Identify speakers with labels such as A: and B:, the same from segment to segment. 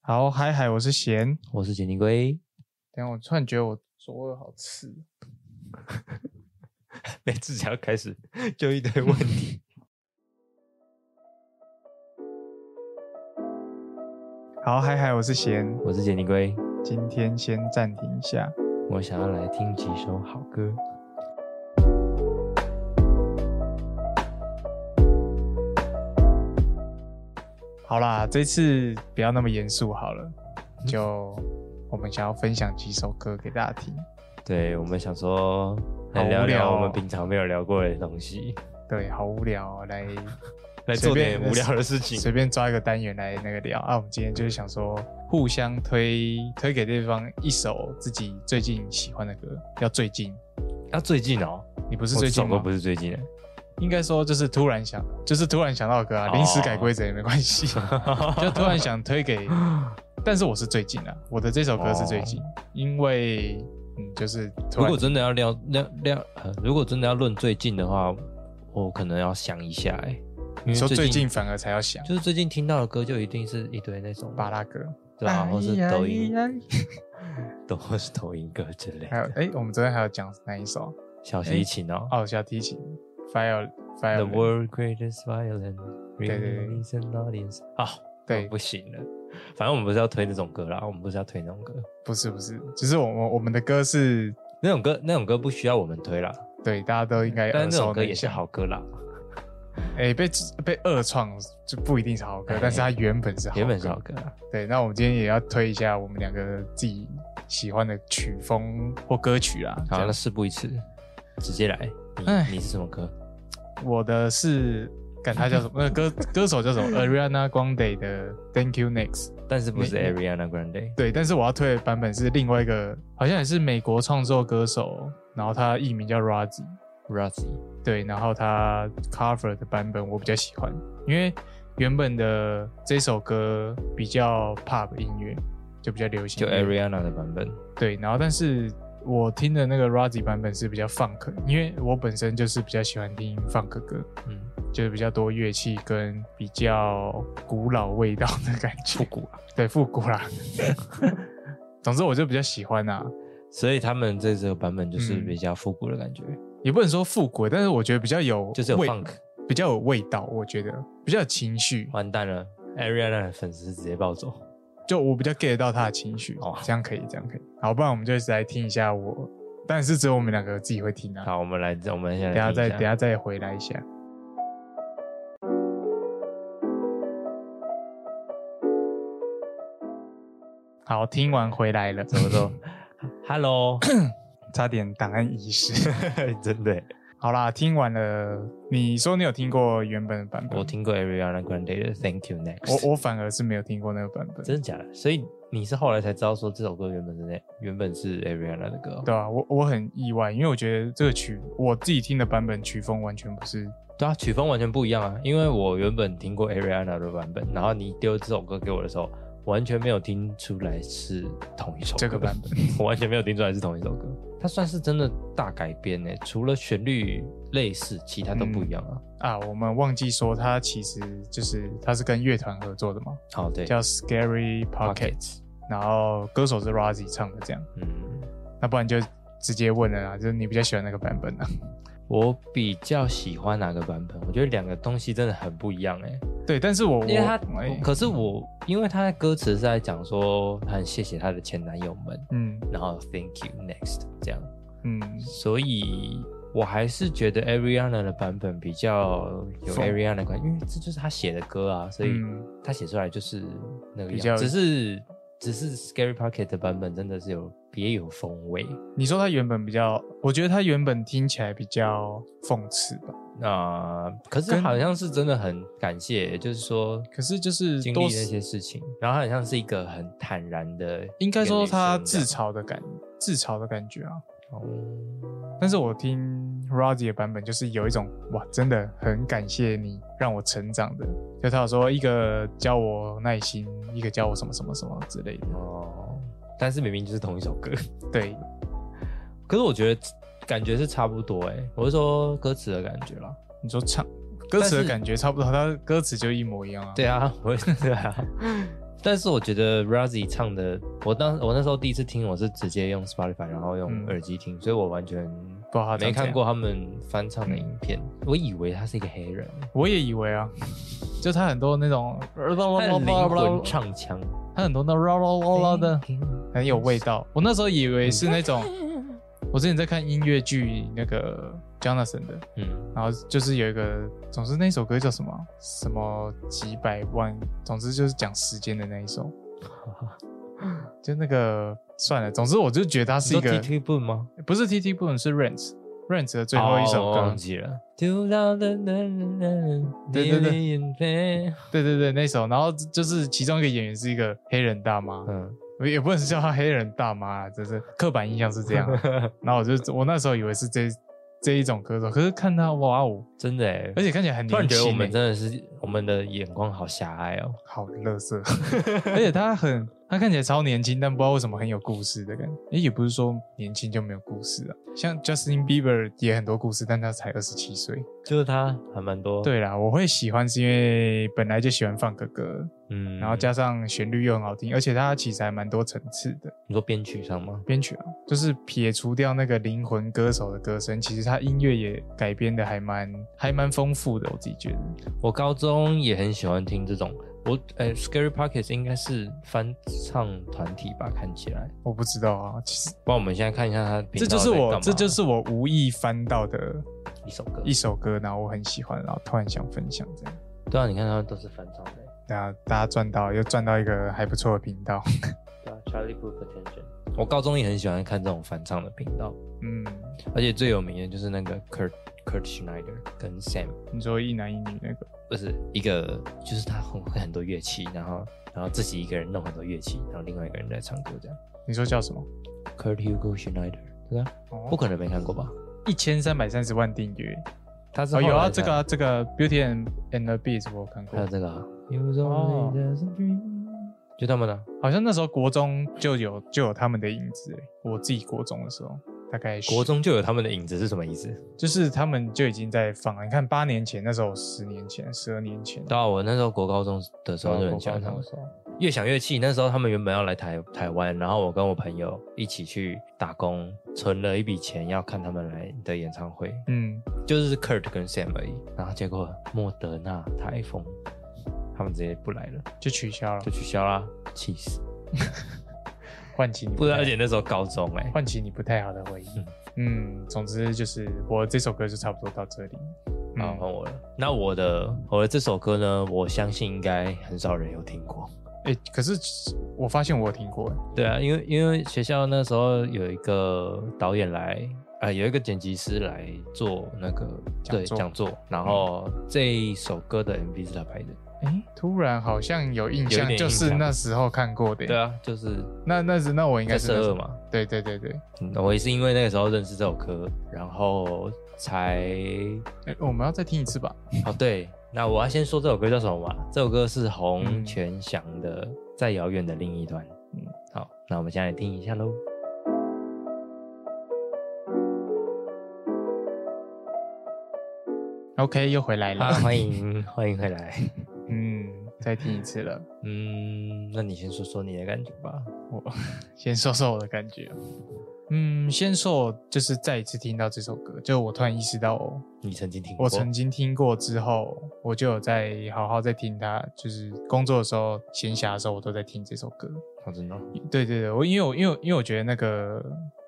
A: 好，嗨嗨，我是贤。
B: 我是锦鲤龟，
A: 等一下我突然觉得我左耳好刺。
B: 每次只要开始就一堆问题。
A: 好，嗨嗨，我是贤。
B: 我是锦鲤龟，
A: 今天先暂停一下。
B: 我想要来听几首好歌。
A: 好啦，这次不要那么严肃好了，
B: 嗯
A: 就我们想要分享几首歌给大家听。
B: 对，我们想说
A: 好
B: 来
A: 无聊
B: 聊聊
A: 哦
B: 我们平常没有聊过的东西，
A: 对，好无聊哦、来
B: 来
A: 随
B: 做
A: 便
B: 点无聊的事情。
A: 随便抓一个单元来那个聊啊。我们今天就是想说，互相推推给对方一首自己最近喜欢的歌，要最近。
B: 啊，最近哦，
A: 你不是
B: 我
A: 最近
B: 首歌
A: 吗？
B: 不是最近的。
A: 应该说就是突然想，就是突然想到的歌啊，
B: 哦
A: 临时改规则也没关系， 就突然想推给。但是我是最近啊，我的这首歌是最近，因为嗯，就是突
B: 哦如
A: 然
B: 果真的要聊聊聊，呃，如果真的要论最近的话，我可能要想一下哎、因为
A: 你说最近反而才要想
B: 就是最近听到的歌，就一定是一堆那种
A: 巴拉歌，
B: 对吧、或是抖音，
A: 哎呀哎呀
B: 都或是抖音歌之类
A: 还有
B: 的。
A: 哎，我们昨天还有讲哪一首？啊
B: 小提琴哦，
A: 哦，小提琴，Fire
B: The
A: Fire，
B: world greatest violin,
A: 对对
B: release an audience。啊，
A: 对
B: 不行了。反正我们不是要推那种歌啦，我们不是要推那种歌，
A: 不是不是，只是我我我们的歌是
B: 那种歌那种歌不需要我们推啦，
A: 对大家都应该
B: 但
A: 耳
B: 是那种
A: 熟
B: 歌也
A: 能
B: 是
A: 详。
B: 好歌啦，
A: 哎，被被二创就不一定是好歌
B: 哎，
A: 但是它原本是好
B: 原本是
A: 歌
B: 好歌啦。
A: 对，那我们今天也要推一下我们两个自己喜欢的曲风或歌曲啦。这
B: 好，
A: 样
B: 那事不宜迟，直接来。
A: 哎
B: 你你是什么歌？
A: 我的是，看他叫什么？ 那个歌歌手叫什么？Ariana Grande 的 Thank You Next。
B: 但是不是
A: 你
B: Ariana Grande？
A: 对，但是我要推的版本是另外一个，好像也是美国创作歌手，然后他艺名叫 Razi。
B: Razzy，
A: 对，然后他 cover 的版本我比较喜欢，因为原本的这首歌比较 pop 音乐，就比较流行
B: 就
A: 音乐。
B: Ariana 的版本。
A: 对，然后但是我听的那个 Razi 版本是比较 funk，因为我本身就是比较喜欢听 funk 歌，
B: 嗯，
A: 就是比较多乐器跟比较古老味道的感觉，
B: 复古啊。
A: 对复古 啦。总之我就比较喜欢啊，
B: 所以他们这首版本就是
A: 嗯
B: 比较复古的感觉，
A: 也不能说复古，但是我觉得比较有
B: 就是有
A: 味
B: funk。
A: 比较有味道，我觉得比较有情绪，
B: 完蛋了，Ariana 的粉丝直接暴走。
A: 就我比较 get 得到他的情绪。
B: 哦
A: 这样可以，这样可以。好，不然我们就来听一下我，但是只有我们两个自己会听啊。
B: 好，我们来，我们先来
A: 等下
B: 听
A: 再
B: 一
A: 等下再回来一下。好，听完回来了，
B: 怎么说 ？Hello，
A: 差点档案遗失。
B: 真的耶，
A: 好啦，听完了，你说你有听过原本的版本？
B: 我，听过 Ariana Grande 的 Thank You Next，
A: 我我反而是没有听过那个版本。
B: 真的假的？所以你是后来才知道说这首歌原本是那原本是 Ariana 的歌哦、
A: 对啊，我我很意外，因为我觉得这个曲我自己听的版本曲风完全不是
B: 对啊，曲风完全不一样啊。因为我原本听过 Ariana 的版本，然后你丢这首歌给我的时候，完全没有听出来是同一首歌
A: 这个版本，
B: 我 完全没有听出来是同一首歌。它算是真的大改编呢，除了旋律类似，其他都不一样啊。
A: 啊。我们忘记说，它其实就是它是跟乐团合作的嘛，
B: 哦，对
A: 嗯叫 Scary Pocket，
B: Pockets，
A: 然后歌手是 Razi 唱的这样。
B: 嗯。
A: 那不然就直接问了啦，就是你比较喜欢那个版本啊？
B: 我比较喜欢哪个版本？我觉得两个东西真的很不一样哎、
A: 对，但是我
B: 因为他
A: 我哎，
B: 可是我，因为他的歌词是在讲说，他很谢谢他的前男友们，
A: 嗯
B: 然后 Thank you next 这样，
A: 嗯，
B: 所以我还是觉得 Ariana 的版本比较有
A: 风
B: Ariana 的感觉，因为这就是他写的歌啊，所以
A: 嗯
B: 他写出来就是那个
A: 比较
B: 样子，只是只是 Scary Pocket 的版本真的是有别有风味。
A: 你说他原本比较，我觉得他原本听起来比较讽刺吧，
B: 那、可是
A: 跟
B: 好像是真的很感谢，就是说
A: 可是就是
B: 经历
A: 多
B: 那些事情，然后他很像是一个很坦然的，
A: 应该说他自
B: 嘲。
A: 嘲的感自嘲的感觉啊。
B: 哦
A: 但是我听 Razi 的版本，就是有一种哇，真的很感谢你让我成长的。就他有说一个教我耐心，一个教我什么什么什么之类的。
B: 哦，但是明明就是同一首歌，
A: 对，
B: 可是我觉得感觉是差不多哎、我是说歌词的感觉啦。
A: 你说唱歌词
B: 但
A: 的
B: 是
A: 感觉差不多，他歌词就一模一样啊。
B: 对啊，我也是啊。但是我觉得 Razi 唱的，我当我那时候第一次听，我是直接用 Spotify，然后用
A: 嗯
B: 耳机听，所以我完全
A: 不知道他长
B: 没看
A: 怎
B: 过他们翻唱的影
A: 嗯
B: 片。我以为他是一个黑人，
A: 样，我也以为啊，就他很多那种，
B: 他的灵魂
A: 他
B: 唱腔，
A: 很多那啦啦啦啦的，很有味道。我那时候以为是那 种，我之前在看音乐剧那个 Jonathan 的，
B: 嗯，
A: 然后就是有一个，总之那首歌叫什么啊什么几百万，总之就是讲时间的那一 首，就那个算了，总之我就觉得它是一个
B: T T Boom 吗？
A: 不是 T T 不能是 Rent Rent 的最后一首
B: 哦
A: 歌，
B: 我忘记了。对
A: 对
B: 对，
A: 对对对那首，然后就是其中一个演员是一个黑人大 妈，
B: 嗯，
A: 我也不能叫她黑人大妈啊，就是刻板印象是这 样啊。然后我就我那时候以为是这这一种歌手，可是看他哇哦，
B: 真的哎
A: 而，且看起来很
B: 突然
A: 年
B: 觉
A: 轻、
B: 得
A: 欸，
B: 我们真的是我们的眼光好狭隘哦。
A: 好乐 色，而且他很，他看起来超年轻，但不知道为什么很有故事的感觉。诶也不是说年轻就没有故事啊，像 Justin Bieber 也很多故事，但他才二十七岁。
B: 就是他还蛮多，，
A: 对啦，我会喜欢是因为本来就喜欢放哥歌，
B: 嗯，
A: 然后加上旋律又很好听，而且它其实还蛮多层次的
B: 你说编曲上吗？
A: 编曲啊，就是撇除掉那个灵魂歌手的歌声，其实他音乐也改编的还蛮还蛮丰富的，我自己觉得。
B: 我高中也很喜欢听这种，我呃，Scary Pockets 应该是翻唱团体吧，看起来。
A: 我不知道啊，其实
B: 不然我们现在看一下他频
A: 这
B: 道
A: 就是
B: 在干
A: 我
B: 嘛
A: 这就是我无意翻到的
B: 一首歌，
A: 一首歌，然后我很喜欢，然后突然想分享这样。
B: 对啊，你看他们都是翻唱的，
A: 那大家赚到，又赚到一个还不错的频道。
B: 对啊，Charlie Puth Attention。我高中也很喜欢看这种翻唱的频道，
A: 嗯，
B: 而且最有名的就是那个 Kurt Kurt Schneider 跟 Sam，
A: 你说一男一女那个，
B: 不是一个就是他很会很多乐器，然后然后自己一个人弄很多乐器，然后另外一个人在唱歌这样。
A: 你说叫什么？
B: Kurt Hugo Schneider，对啊，不
A: 哦，
B: 可能没看过吧？
A: 一千三百三十万订阅。
B: 他是
A: 哦，
B: 后来
A: 有啊，
B: 才
A: 这个啊这个 Beauty and and the Beast 我有看
B: 还有
A: 过，
B: 这个、啊，
A: 哦
B: 就他们啊的、
A: 好像那时候国中就有就有他们的影子欸。我自己国中的时候，大概
B: 国
A: 中
B: 中就有他们的影子是什么意思？
A: 就是他们就已经在放了。你看八年前，那时候十年前、十二年前，
B: 到啊我那时候国高中的时候就很喜欢他们，越想越气。那时候他们原本要来台台湾，然后我跟我朋友一起去打工，存了一笔钱要看他们来的演唱会，
A: 嗯，
B: 就是 Kurt 跟 Sam 而已。然后结果莫德纳台风，他们直接不来了，
A: 就取消了
B: 就。取消啦，气死！
A: 唤起你
B: 不知道，
A: 太
B: 而且那时候高中哎、
A: 唤起你不太好的回忆。嗯，总之就是我这首歌就差不多到这里。嗯
B: 然后换我了。那我的我的这首歌呢，我相信应该很少人有听过。
A: 哎、可是其实我发现我有听过，
B: 对啊，因为因为学校那时候有一个导演来，啊、有一个剪辑师来做那个
A: 讲
B: 对
A: 座嗯
B: 讲座，然后这一首歌的 MV 是他拍的。
A: 哎、突然好像有印
B: 有一
A: 象，
B: 点
A: 就
B: 印
A: 是
B: 象
A: 那时候看过的。
B: 对，啊，就是
A: 那那时那我应该
B: 在
A: 是
B: 社
A: 那时
B: 二
A: 候
B: 嘛。
A: 对对对对，
B: 嗯我也是因为那个时候认识这首歌，然后才
A: 哎、我们要再听一次吧。
B: 哦对，那我要先说这首歌叫什么嘛？这首歌是洪
A: 嗯
B: 泉祥的《在遥远的另一端》。嗯，好，那我们现在来听一下喽。
A: OK，又回来了。
B: 啊， 欢迎欢迎回来。
A: 嗯，再听一次了。
B: 嗯，那你先说说你的感觉吧。
A: 我先说说我的感觉。嗯，先说我就是再一次听到这首歌，就我突然意识到哦
B: 你曾经听过？
A: 我曾经听过之后，我就有在好好在听它，就是工作的时候、闲暇的时候，我都在听这首歌。
B: 哦，真的哦
A: 对对对，我因为我因为我因为我觉得那个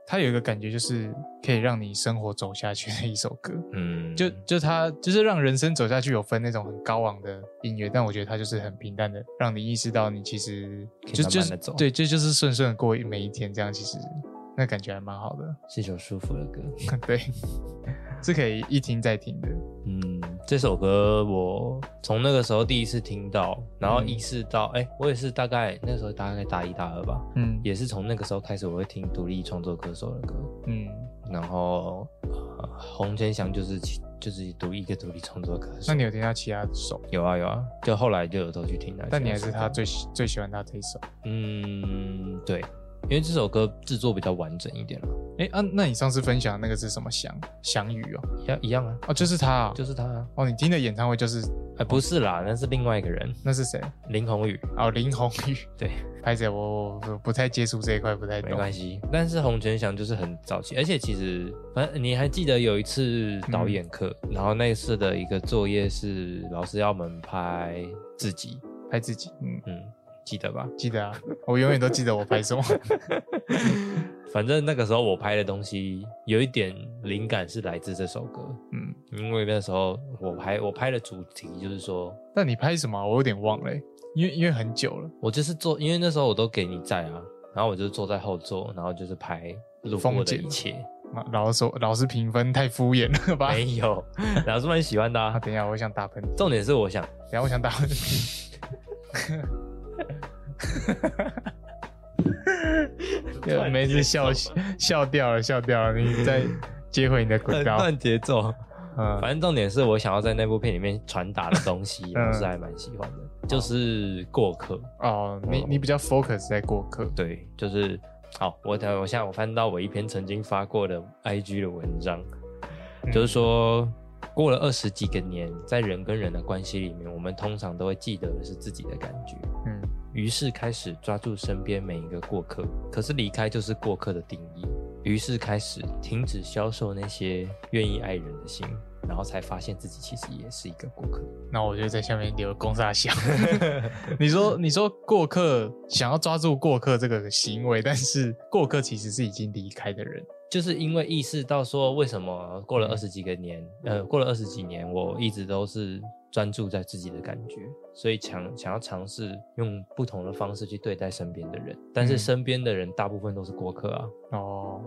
A: 它有一个感觉，就是可以让你生活走下去的一首歌。
B: 嗯，
A: 就就它就是让人生走下去，有分那种很高昂的音乐，但我觉得它就是很平淡的，让你意识到你其实
B: 可以
A: 就
B: 慢
A: 就
B: 慢
A: 是
B: 地走
A: 对，这就是顺顺地过每一天，这样其实那感觉还蛮好的。
B: 是一首舒服的歌。
A: 对， 是可以一听再听的。
B: 嗯，这首歌我从那个时候第一次听到，然后
A: 嗯
B: 意识到，哎、我也是大概那时候大概大一大二吧，
A: 嗯
B: 也是从那个时候开始，我会听独立创作歌手的歌，
A: 嗯，
B: 然后、呃、洪千祥就是其就是独立一个独立创作歌手
A: 那。你有听到其他首？
B: 有啊有啊，就后来就有都去听了。
A: 但你还是他最喜最喜欢他这一首。
B: 嗯对，因为这首歌制作比较完整一点了。
A: 哎、哎啊，那你上次分享那个是什么翔翔宇哦？
B: 一样一样啊，
A: 哦，就是他啊、
B: 就是他啊。
A: 哦，你听的演唱会就是
B: 哎，不是啦，那是另外一个人，
A: 那是谁？
B: 林宏宇。
A: 哦，林宏宇。
B: 对，
A: 拍者我我我不太接触这一块，不太
B: 没
A: 懂。
B: 关系，但是洪泉祥就是很早期，而且其实反正你还记得有一次导
A: 嗯
B: 演课，然后那一次的一个作业是老师要我们拍自己，
A: 拍自己，嗯，
B: 嗯，记得吧？
A: 记得啊，我永远都记得我拍什么。
B: 反正那个时候我拍的东西有一点灵感是来自这首歌，
A: 嗯，
B: 因为那时候我拍我拍的主题就是说
A: 但你拍什么啊、我有点忘了欸、因为因为很久了。
B: 我就是坐，因为那时候我都给你在啊，然后我就坐在后座，然后就是拍路过
A: 风
B: 的
A: 景
B: 一切，
A: 啊老实说，老师评分太敷衍了吧？
B: 没有， 老师蛮喜欢 的、
A: 啊，
B: 啊。
A: 等一下，我想打喷嚏，
B: 重点是我想，
A: 等一下我想打喷嚏。对梅子笑 笑掉了，笑掉了。你再接回你的轨
B: 很
A: 道，
B: 断节奏。
A: 嗯，
B: 反正重点是我想要在那部片里面传达的东西，
A: 嗯
B: 老师还蛮喜欢的，就是过客。
A: 哦，你你比较 focus 在过客，
B: 对，就是好，我等我现在我翻到我一篇曾经发过的 IG 的文章，
A: 嗯
B: 就是说过了二十几个年，在人跟人的关系里面，我们通常都会记得的是自己的感觉，
A: 嗯，
B: 于是开始抓住身边每一个过客，可是离开就是过客的定义，于是开始停止销售那些愿意爱人的心。然后才发现自己其实也是一个过客，
A: 那我就在下面留公煞小。 你说，你说过客想要抓住过客这个行为，但是过客其实是已经离开的人。
B: 就是因为意识到说，为什么过了
A: 嗯
B: 二十几个年，呃，过了二十几年，我一直都是专注在自己的感觉，所以想想要尝试用不同的方式去对待身边的人，但是
A: 嗯
B: 身边的人大部分都是过客啊，
A: 哦，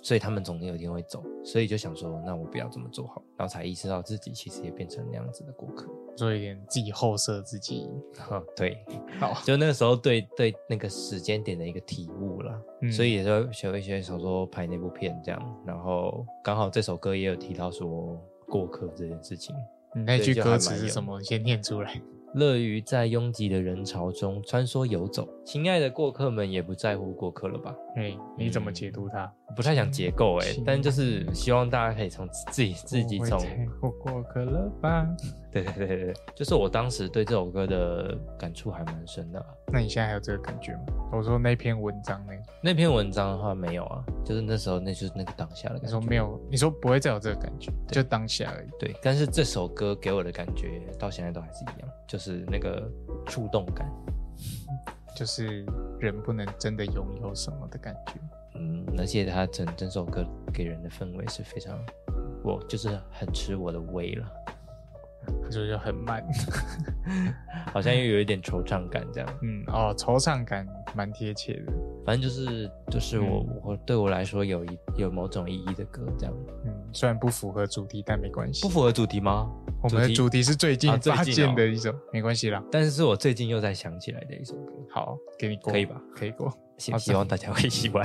B: 所以他们总有一天会走，所以就想说，那我不要这么做好，然后才意识到自己其实也变成那样子的过客。
A: 做一点自己后设自己。
B: 哈，对，
A: 好，
B: 就那个时候对对那个时间点的一个体悟啦，
A: 嗯
B: 所以也就学一些想说拍那部片这样，然后刚好这首歌也有提到说过客这件事情。
A: 你那
B: 对
A: 句
B: 就
A: 歌
B: 还
A: 词
B: 蛮
A: 是
B: 有
A: 什么？先念出来。
B: 乐于在拥挤的人潮中穿梭游走，亲爱的过客们也不在乎过客了吧？
A: 哎，你怎
B: 嗯
A: 么解读它？
B: 不太想结构哎、欸
A: 亲，
B: 但就是希望大家可以从自己自己
A: 我会
B: 从
A: 在乎过客了吧？
B: 对对对对对，就是我当时对这首歌的感触还蛮深的啊、
A: 那你现在还有这个感觉吗？我说那篇文章那个，
B: 那篇文章的话没有啊，就是那时候那就是那个当下的
A: 你
B: 感
A: 说
B: 觉。
A: 没有，你说不会再有这个感觉，就当下而已。
B: 对，但是这首歌给我的感觉到现在都还是一样，就是那个触动感。
A: 就是人不能真的拥有什么的感觉。
B: 嗯，而且它整整首歌给人的氛围是非常，我就是很吃我的胃了，
A: 所以就很慢。
B: 好像又有一点惆怅感这样。
A: 嗯，哦，惆怅感蛮贴切的。
B: 反正就是就是我我对我来说有一有某种意义的歌这样，
A: 嗯，虽然不符合主题，但没关系。
B: 不符合主题吗？
A: 我们的主题是最近
B: 啊最近
A: 发现
B: 哦
A: 的一种，没关系啦。
B: 但是是我最近又在想起来的一首歌，
A: 好，给你过，
B: 可以吧？
A: 可以过。
B: 希
A: 好的
B: 希望大家会喜欢，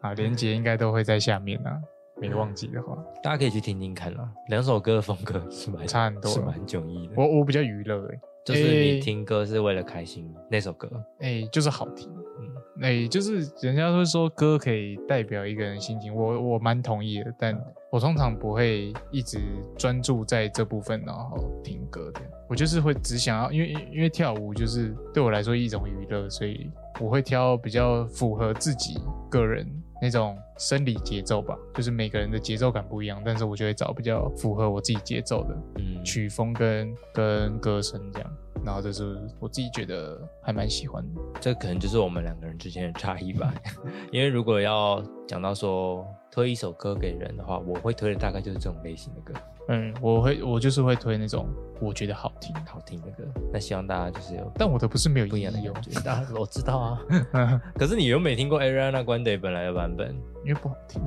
A: 啊，连接应该都会在下面啊，没忘记的话。
B: 大家可以去听听看啦。两首歌的风格是蛮
A: 差很多
B: 是蛮迥异的。
A: 我我比较娱乐欸诶，
B: 就是你
A: 诶
B: 听歌是为了开心那首歌，
A: 诶、欸就是好听。
B: 嗯，
A: 诶、就是人家会说歌可以代表一个人心情，我我蛮同意的，但我通常不会一直专注在这部分，然后听歌的。我就是会只想要，因为因为跳舞就是对我来说一种娱乐，所以我会挑比较符合自己个人那种生理节奏吧，就是每个人的节奏感不一样，但是我就会找比较符合我自己节奏的，
B: 嗯，
A: 曲风跟跟歌声这样，然后这是我自己觉得还蛮喜欢的。
B: 这可能就是我们两个人之间的差异吧。 因为如果要讲到说推一首歌给人的话，我会推的大概就是这种类型的歌，
A: 嗯，我会我就是会推那种我觉得好听的，
B: 好听的歌。那希望大家就是有
A: 但我的不是没有
B: 不一
A: 意
B: 样的
A: 义
B: 感觉。当然我知道啊，
A: 哦，
B: 可是你有没有听过 Ariana Grande 本来的版本？
A: 因为不好听，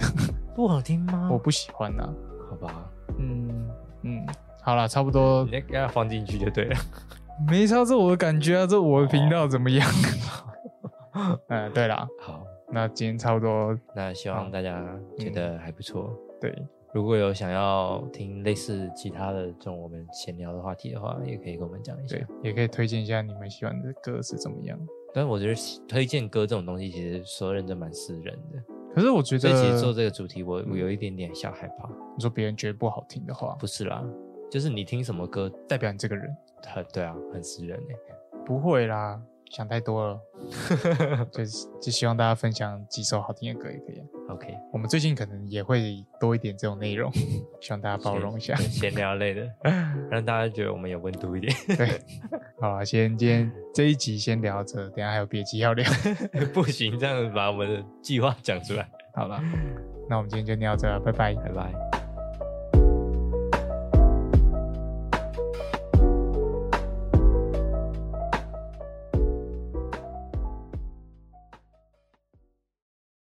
B: 不好听吗
A: 我不喜欢呐、
B: 好吧，
A: 嗯嗯，好啦，差不多
B: 你，要给它放进去就对了。
A: 没差，这我的感觉啊，这我的频道怎么样？ 嗯，对啦，
B: 好，
A: 那今天差不多，
B: 那希望大家觉得还不错。
A: 嗯对，
B: 如果有想要听类似其他的这种我们闲聊的话题的话，也可以跟我们讲一下
A: 对。，也可以推荐一下你们喜欢的歌是怎么样。
B: 但我觉得推荐歌这种东西，其实说认真蛮私人的。
A: 可是我觉
B: 所以其实做
A: 得，嗯
B: 这个主题我，我有一点点小害怕。
A: 你说别人觉得不好听的话，
B: 不是啦，就是你听什么歌，
A: 代表你这个人
B: 很对啊，很私人哎、
A: 不会啦，想太多了。就是就希望大家分享几首好听的歌也可以啊。
B: OK，
A: 我们最近可能也会多一点这种内容， 希望大家包容一下。
B: 对闲聊类 的，让大家觉得我们有温度一点。
A: 对，好啊，先今天这一集先聊着，等一下还有别集要聊。
B: 不行，这样子把我们的计划讲出来。
A: 好了，那我们今天就聊着，拜拜。
B: 拜拜。